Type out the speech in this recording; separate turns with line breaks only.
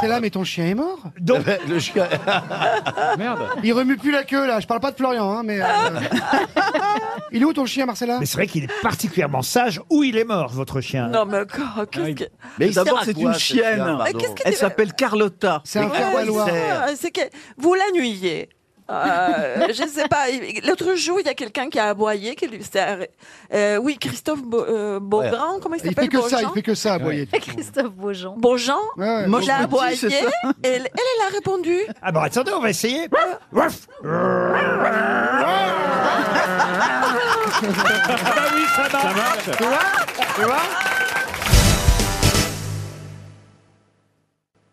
c'est là, mais ton chien est mort.
Donc,
Ben,
Le chien.
Merde.
Il remue plus la queue, là. Je parle pas de Florian, hein, mais. euh, Il est où ton chien, Marcella
mais c'est vrai qu'il est particulièrement sage où il est mort, votre chien.
Non, mais encore, qu'est-ce que.
Mais
D'abord,
il sert à
c'est
quoi,
une
ce
chienne.
chien,
Mais
pardon
qu'est-ce que-
Elle s'appelle Carlotta.
C'est un
Mais
fer
ouais,
valois.
c'est-
Ah, c'est que vous la nuillez. Euh, je sais pas. il- L'autre jour, il y a quelqu'un qui a aboyé, qui lui s'est arrêt- euh, Oui, Christophe Bo- euh, Beaugrand, comment il
Il fait
s'appelle
que ça, il
Beaujean
fait que ça, voyez.
Christophe Beaujean.
Beaujean,
Ouais,
Moi,
il
je
a
me dis,
aboyé,
c'est
et elle, elle, elle a répondu.
Ah bon, attendez, on va essayer. Ruff. Ah bah oui, ça
Ça
marche.
marche.
Tu vois Tu vois